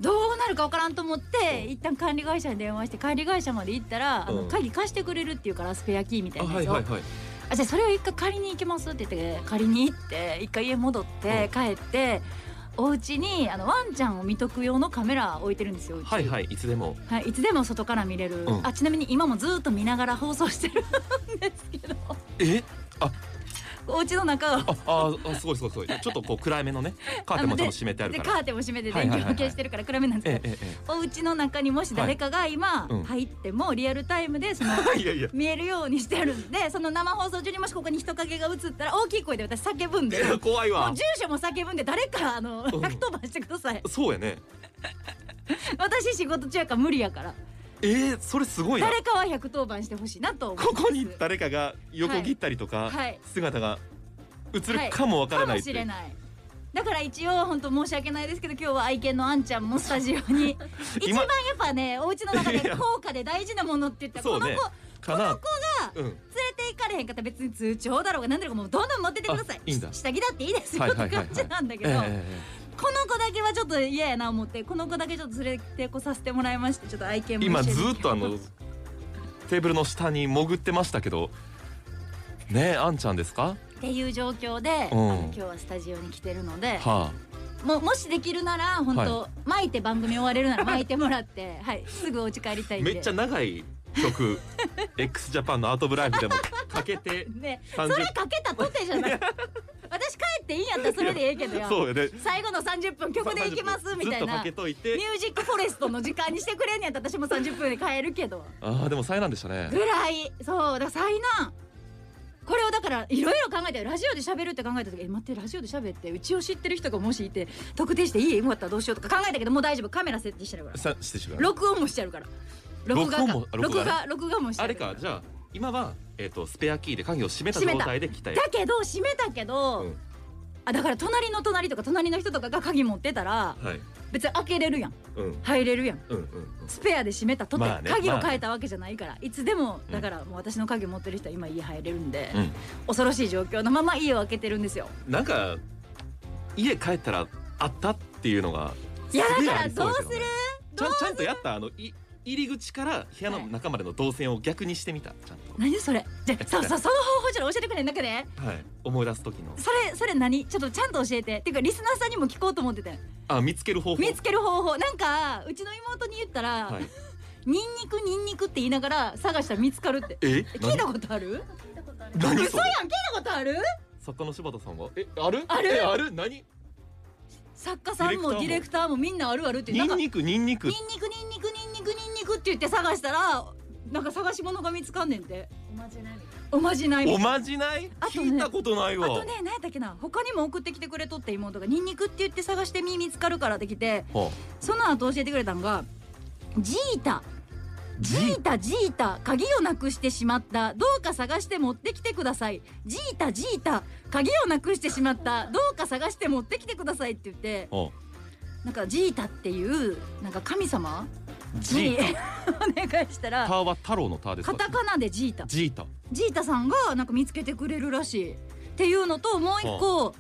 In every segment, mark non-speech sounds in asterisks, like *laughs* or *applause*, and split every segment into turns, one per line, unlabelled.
どうなるかわからんと思って一旦管理会社に電話して管理会社まで行ったら、あ
う
の
ん
鍵貸してくれるっていうからスペアキーみた
あ
いな
は
や
い
つを、
はいはい
あじゃあそれを一回借りに行きますって言って借りに行って一回家戻って帰ってお家にあのワンちゃんを見とく用のカメラ置いてるんですようち
はいはいいつでも
はい、いつでも外から見れる、
うん
あちなみに今もずっと見ながら放送してる *laughs* んですけど
え
お家の中を
あああすごいすごいすごいちょっとこう暗め
*laughs*
のねカーテンもちゃんと閉めてある
で
か
カ
ら
ーテンも閉めて
はい
電
はいは
気
い
も消してるから暗めなんですけど、
えええ
お家の中にもし誰かが今
うん
入ってもリアルタイムでその
えええいやいや
見えるようにしてあるんでその生放送中にもしここに人影が映ったら大きい声で私叫ぶんで
いや怖い
も
わ
う住所も叫ぶんで誰かあの
ん
110番してください
そうやね
私仕事中やから無理やから
えー、それすごいな
誰かは110番してほしいなと思います
ここに誰かが横切ったりとか、
はい
姿が映るかもわからない
かも
ってい
し
う、
れないだから一応本当申し訳ないですけど今日は愛犬のあんちゃんもスタジオ
*laughs*
に一番やっぱねお家の中で高価で大事なものって言ったら
そ
こ
う
の子
ねか
連れ
な
この
うん
て行かれへんかったら別に通帳だろうが何だろうがもうどんどん持ってってください
あいいんだ
下着だっていいですよ
はい
って
はいはいはい
感じなんだけ
え
ど、
え
この子だけはちょっと嫌やな思ってこの子だけちょっと連れてこさせてもらいましてちょっと愛犬も
今
一緒に
ずっとあのテーブルの下に潜ってましたけどねえあんちゃんですか
っていう状況で、
うん
あの今日はスタジオに来てるので、
は
もうもしできるなら本当、巻いて番組終われるなら巻いてもらって、はい、すぐお家帰りた
あ
いんで
めっちゃ長い
*laughs*
曲 x ジャパンの「アート・オブ・ライブ」でもかけて
ねそ
30
れかけたとてじゃない
*laughs*
私帰っていいんやったらそれでええけどよ
そうよね
最後の30分曲でいきますみ
ず
たい
っとか
なミ
け
ュ
といて
ージックフォレストの時間にしてくれんねやったら私も30分で帰るけど
ああでも災難でしたね
ぐらいそうだから災難これをだからいろいろ考えてラジオで喋るって考えた時え待ってラジオで喋ってうちを知ってる人がもしいて特定していいよかったらどうしようとか考えたけどもう大丈夫カメラ設定してるから
さしてしまう
録音もしてあるから録画か
録音もあ録
録
画ね
画録画もして
あ
る
れかじゃあ今は、えー、とスペアキーで鍵を閉めた状態で来たよ
だけど閉めたけど、
うん
あだから隣の隣とか隣の人とかが鍵持ってたら
はい
別に開けれるやん
うん
入れるやん
うんうんうん
スペアで閉めたとて、
まあね
鍵
ま
を
あね
変えたわけじゃないから、いつでも
うん
だからもう私の鍵持ってる人は今家入れるんで、
うん
恐ろしい状況のまま家を開けてるんですよ
なんか家帰ったらあったっていうのが
いや
す
だ
げえ
か
あ
ら
り
ど
そう
う
ですよ
る
ねちゃんちゃんとやったあのい入り口から部屋の中までの動線を逆にしてみたちゃんと、
何それじゃあそうそうその方法ちょっと教えてくれんだけで
はい、思い出す時の
それそれ何ちょっとちゃんと教えてっていうかリスナーさんにも聞こうと思ってて
あ見つける方法
見つける方法なんかうちの妹に言ったら、
はい、
ニンニクニンニクって言いながら探したら見つかるって
え
聞いたことある
何何
嘘
そ
や
れ
ん聞いたことある
作家の柴田さんはえある
ある
えある何
作家さんもディレクターもみんなあるあるって
ニ
なんか
ン
ニ
ニ
ンニ
クニンニ
ク
ク
ニンニクニンニクニンニクって言って探したらなんか探し物が見つかんねんておまじないみた
お
いな
まじない、
あとね
聞いたことないわ
あとね何やったっけな他にも送ってきてくれとって妹が「ニンニクって言って探してみ見つかるから」ってきて
は
その後教えてくれたんがジータジータジータ鍵をなくしてしまったどうか探して持ってきてくださいジータジータ鍵をなくしてしまったどうか探して持ってきてくださいって言って
あは
なんかジータっていうなんか神
あ
様
ジータ
に *laughs* お願いした
タ
ら
は太郎のタです
カ
か
タカナでジータ
ジータ
ジータさんがなんか見つけてくれるらしいっていうのともう一個、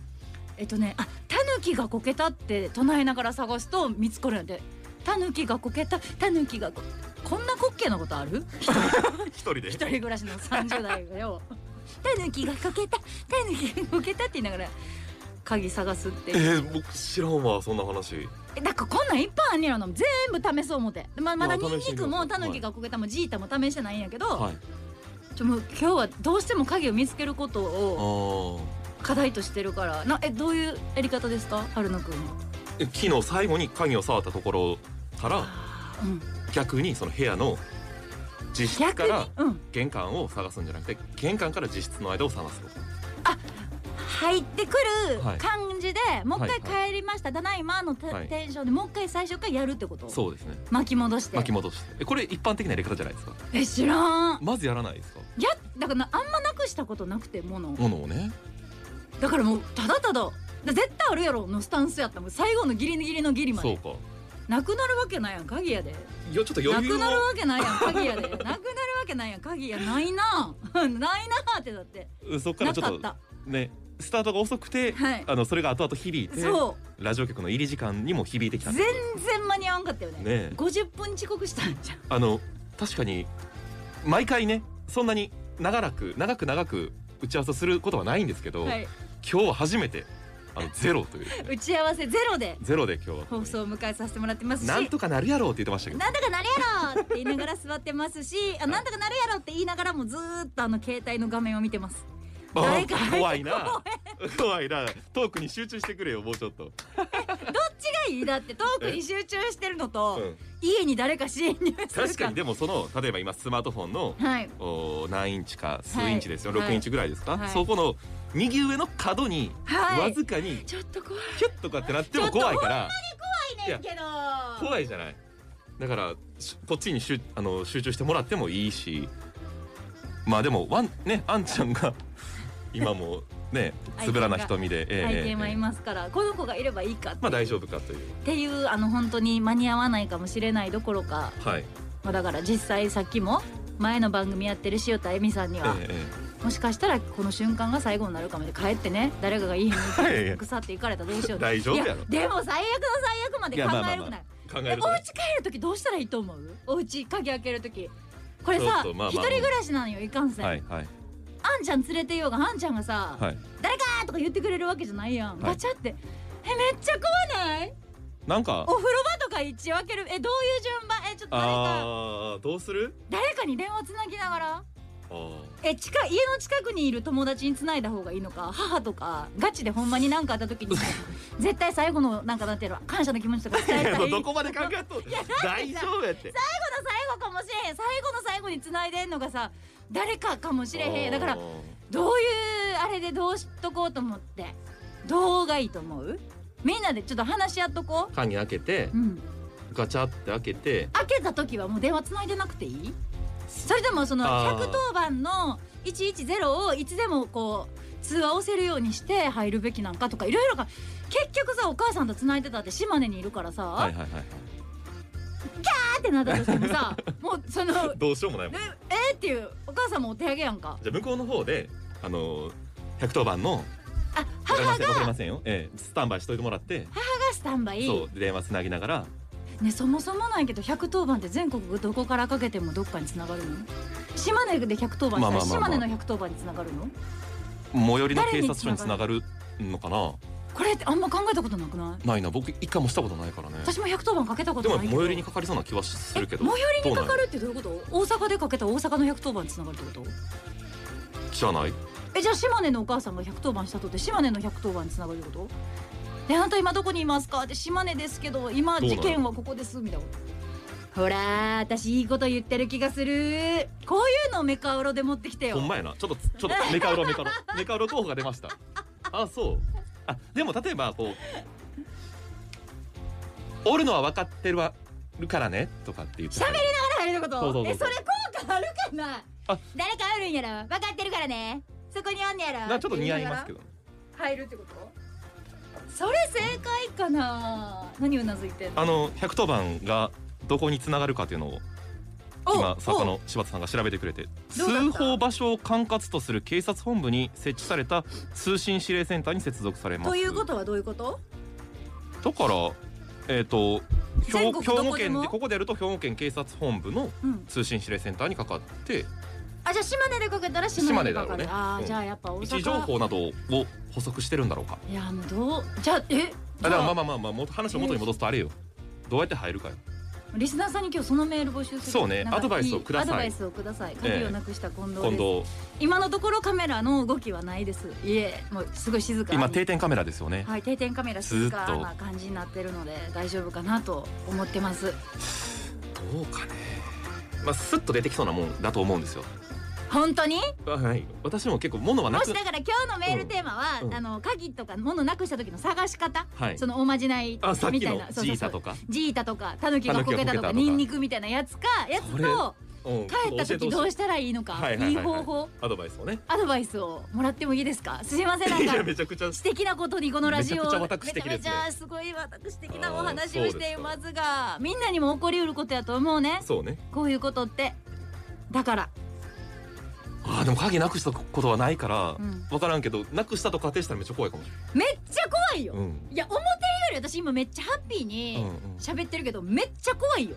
えっとねあタヌキがこけたって唱えながら探すと見つかるんやでタヌキがこけたタヌキがここんな滑稽なことある
一人で
一人暮らしの30代がよ *laughs* タヌキがこけたタヌキがこけたって言いながら鍵探すって
えー、僕知らんわそんな話
えだからこんなんいっぱいあんねやろな全部試そう思ってままだ
ま
ニ
あ
ン
試して
ニ
みよ
ク
う
もタヌキがこけたもジータも試してないんやけど、
はい
ちょもう今日はどうしても鍵を見つけることを
あー
課題としてるからなえどういうやり方ですか春野くんは
え昨日最後に鍵を触ったところから
うん
逆にその部屋の自室
逆
か
に
ら
うん
玄関を探すんじゃなくて玄関から自室の間を探すとか
入ってくる
はい
感じで、もう一
はいは
回帰りました、ただいまのテ,、
はい
テンションでもう一回最初からやるってこと
そうですね
巻き戻して
巻き戻してえこれ一般的なやり方じゃないですか
え知らん
まずやらないですか
やだからなあんまなくしたことなくてもの
ものをね
だからもうただただだ絶対あるやろのスタンスやったもん最後のギリギリのギリま
そう
で
か
なくなるわけないやん鍵やで
よちょっと
な
余裕
く
を
なるわけないやん鍵やでなくなるわけないやん鍵やないな *laughs* ないなってだって
うんそっか
な
らちょ
か
っ
っ
と
た
ねスタートが遅くて、
はい
あのそれが後々響いて
そ
ラジオ局の入り時間にも響いてきたん
全
です
然間に合わんかったよね
ねえ
50分遅刻したんじゃん
あの確かに毎回ねそんなに長らく長く長く打ち合わせすることはないんですけど、
はい、
今日は初めてあのゼロと
*laughs*
いう
打ち合わせゼロで
ゼロで今日は
放送を迎えさせてもらってますし
なんとかなるやろうって言ってましたけど
なんとかなるやろって言いながら座ってますし、あなんとかなるやろって言いながらもずーっとあの携帯の画面を見てます。
あ
誰か
怖いな怖いなトークに集中してくれよもうちょっと、
違いだってトークに集中してるの
う
と、
ん、
家に誰か侵入する
確かにでもその例えば今スマートフォンの
はい。
お何インチか数インチですよ、
はい
6インチぐらいですか、
はい
そこの右上の角に、
はい
わずかに
ちょっと怖い
キュッとかってなっても怖いから
ねんけど。
怖いじゃないだからしこっちにしゅあの集中してもらってもいいしまあでもワンねあんちゃん
*laughs*
が今もねつぶらな瞳で、ええ
体験
え
は
え
いますから、この子がいればいいかって,、
まあ大丈夫かという
っていうあの本当に間に合わないかもしれないどころか、
はい、
まあ、だから実際さっきも前の番組やってる塩田恵美さんに
え
は、
ええ
もしかしたらこの瞬間が最後になるかもで帰ってね誰かがいい
いやい
に
や
腐っていかれたらどうしよう
大丈夫やろ
いでも最悪の最悪まで
いや
考
まあま
え
あ
る
まあ
くない
え考え
え
る
お
とね
家帰る時どうしたらいいと思うお家鍵開ける時これさ
ちょっとまあまあまあ
一人暮らしなのよいかんせん、
はいはい
あんちゃん連れてようがあんちゃんがさ「
はい
あーとか言ってくれるわけじゃないやん、
はい
ガチャってえめっちゃ怖ない
なんか
お風呂場とか一置分けるえどういう順番えちょっと誰か
あーどうする
誰かに電話つなぎながら
あー
え近い家の近くにいる友達に繋いだ方がいいのか母とかガチでほんまに何かあった
*laughs*
時に絶対最後のなんかなんていうの感謝の気持ちとか伝え
い
たい
や
最後
もう
の
どこまで考 *laughs* えとん大丈夫やって
最後かもしれへん最後の最後に繋いでんのがさ誰かかもしれへんだから
あー
どういうあれでどうしとこうと思ってどうがいいと思うみんなでちょっと話し合っとこ
鍵開けて
ううん
ガチャって開けて
開けた時はもう電話繋いでなくていいそれでもその
あー
110番の110をいつでもこう通話をせるようにして入るべきなんかとかいろいろか結局さお母さんと繋いでたって島根にいるからさ、
はいはいはい
あーってなったとしても
*laughs*
さもうその「
どうしようもないもん
え
じゃ
えーっていうお母さんもお手上げやんか
あ向こうの方であの110番の
あ
「わかりませんわかり
母が
ませんよ」ええスタンバイしといてもらって
スタンバイ
そう電話つなぎながら
ねそもそもなんやけど110番って全国どこからかけてもどっかに繋がるの島根で110番した
ま
ら、
あまあまあまあ
島根の110番に繋がるの
最寄りの警察署
誰に
につ
つな
ながるのかな
これってあんま考えたことなくない
ないな僕一回もしたことないからね
私も110番かけたこ
で
と
も
ない
最
けど
寄りにかかりそうな気はするけど
え最寄りにかか
どう
るってどういうこと大阪でかけた大阪の110番に繋がるってこと
なんやじゃない
えじゃあ島根のお母さんが110番したとって島根の110番に繋がるってことであなた今どこにいますかって島根ですけど今
どうな
事
の
件はここですみたいなほら私いいこと言ってる気がするこういうのをメカウロで持ってきてよ
ほんまやなちょっとちょっとメカウロメカウロメカウロ候補が出ましたあそうあでも例えばこう「おるのは分かってるわるからね」とかって言って
喋りながらやること
そうそうそう
えそれ効果あるかな
あ
誰かおるんやろ分かってるからねそこにおんねやろ
なちょっと似合いますけ
ど
ど
入るってことそれ正解かな何うなずいてん
あの110番がどこにつながるかっていうのを
お
今坂
お
の柴田さんが調べてくれて
どうだった
通報場所を管轄とする警察本部に設置された通信指令センターに接続されます
ということはどういうこと
だからえっ、と兵
全国
兵庫
どこでも
県でここでやると兵庫県警察本部の
うん
通信指令センターにかかって
あじゃあ島根でかけたら島根でかか
島根だろう
る、
ね
あ
う
ー
ん
じゃあやっぱ大
位置
阪
情報などを補足してるんだろうか
いやもうどうじゃあ
あ
えじ
でも
ゃ
まあ
あ
まあまあまあもっと話を元に戻すとあれよどうやって入るかよ
リスナーさんに今日そのメール募集する
そうね
なんか
アドバイスをください
アドバイスをください鍵をなくした近藤です、
今度
今のところカメラの動きはないですいえもうすごい静かに
今定点カメラですよね
はい、定点カメラ静かな感じになってるので大丈夫かなと思ってます
どうかねまあスッと出てきそうなもんだと思うんですよ
本当に
あはい私も結構物はな
も
く
しだから今日のメールテーマは、
うんうん
あの鍵とか物なくした時の探し方、
はい
そのおまじないみたい
あ
な
さっきの
そうそうそう
ジータとか
ジータとかタヌキがこ
狸がこけ
けたと
たと
か
か
ニンニクみたいなやつかやつ
それ
と
うん
帰った時どうしたらいいのか、
はい
い
はいはいい,、
方法
アドバイスをね
アドバイスをもらってもいいですかすいませんなん
いや
か
めちゃくちゃ
素敵なことにこのラジオ
めちゃくちゃ私的ですね
めちゃめちゃすごい私的な
あー
お話をしていますがみんなにも起こりうることやと思うね
そうね
こういうことってだから、
あーでも鍵なくしたことはないから、
うん
分からんけどなくしたと仮定したらめっちゃ怖いかもし
めっちゃ怖いよ、
れない、うん
いや思ってるより私今めっちゃハッピー
うん
に
うん、
喋ってるけどめっちゃ怖いよ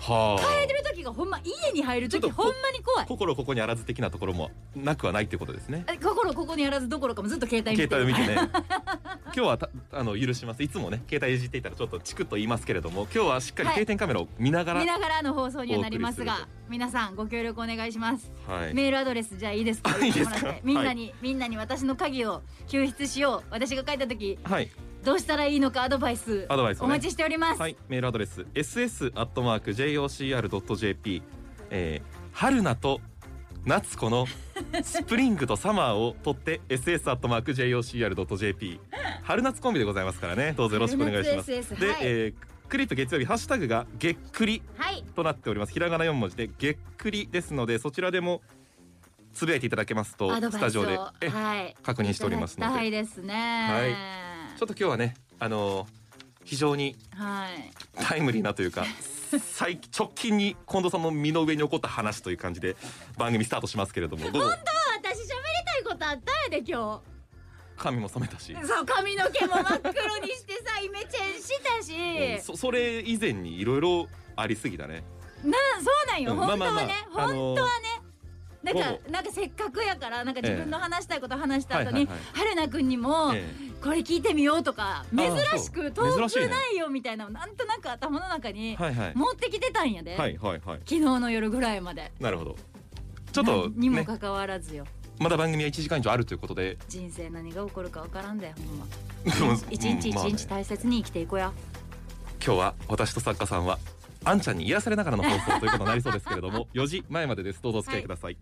は
帰
あ
る時がほんま家に入る
ちょっ
時
と
ほん
こ
まに怖い
心ここにあらず的なところもなくはないってことですね
え心ここにやらずどころかもずっと携帯見て
携
る
帯を見て *laughs* ね今日はたあの許しますいつもね携帯いじっていたらちょっとチクッと言いますけれども今日はしっかり
はい
定点カメラを見ながら、は
見
い
ながらの放送にはなります
お送
が皆さんご協力お願いしますメールアドレスじゃあいいですか
あいいですか
言ってもら
はい
ってみんなに、みんなに私の鍵を救出しよう私が書いた時
はい、
どうしたらいいのかアドバイス
アドバイスを
お
ね
待ちしております、
はい、メールアドレス ss.jocr.jp、えー、春菜と夏子のスプリングとサマーを取って *laughs* ss.jocr.jp 春夏コンビでございますからねどうぞよろしくお願いします。
春夏 SS
で、
はい
えークリップ月曜日ハッシュタグがげっくり
はい
となっておりますひらがな4文字でげっくりですのでそちらでもつぶやいていただけますと
アド
ス
バ
タ
イス
ジオで
を
え
はい
確認しておりますので、
いただきたいですね
ちょっと今日はねあのー非常に
はい
タイムリーなというか最近直近に近藤さんの身の上に起こった話という感じで番組スタートしますけれどもどうぞ
私喋りたいことあったんやで今
髪も染めたし
日そう髪の毛も真っ黒にしてさイメチェンした
うん
し
そそれ以前にいろいろありすぎだね
なそうなんよ、
うん
本当
まあ
は
まあ
ね、
まああ
本
の
当はねなんか
午後
なんかせっかくやからなんか自分の話したいこと話した後
は
に
いはいはい
春菜くんにも
え
これ聞いてみようとか
ー
珍
そう
しく遠
珍しい
く
ね
ないよみたいなのなんとなく頭の中
え
に
はいはい
持ってきてたんやで、
はいはいはい
昨日の夜ぐらいまで
なるほどちょっと
なにも
ね
かかわらずよ
まだ番組は1時間以上あるということで
人生何が起こるかわからんでほんま
うん
一日一
*laughs* まあね
日大切に生きていこうや、
今日は私と作家さんはあんちゃんに癒されながらの放送ということになりそうですけれども4時前までですどうぞお付き合いください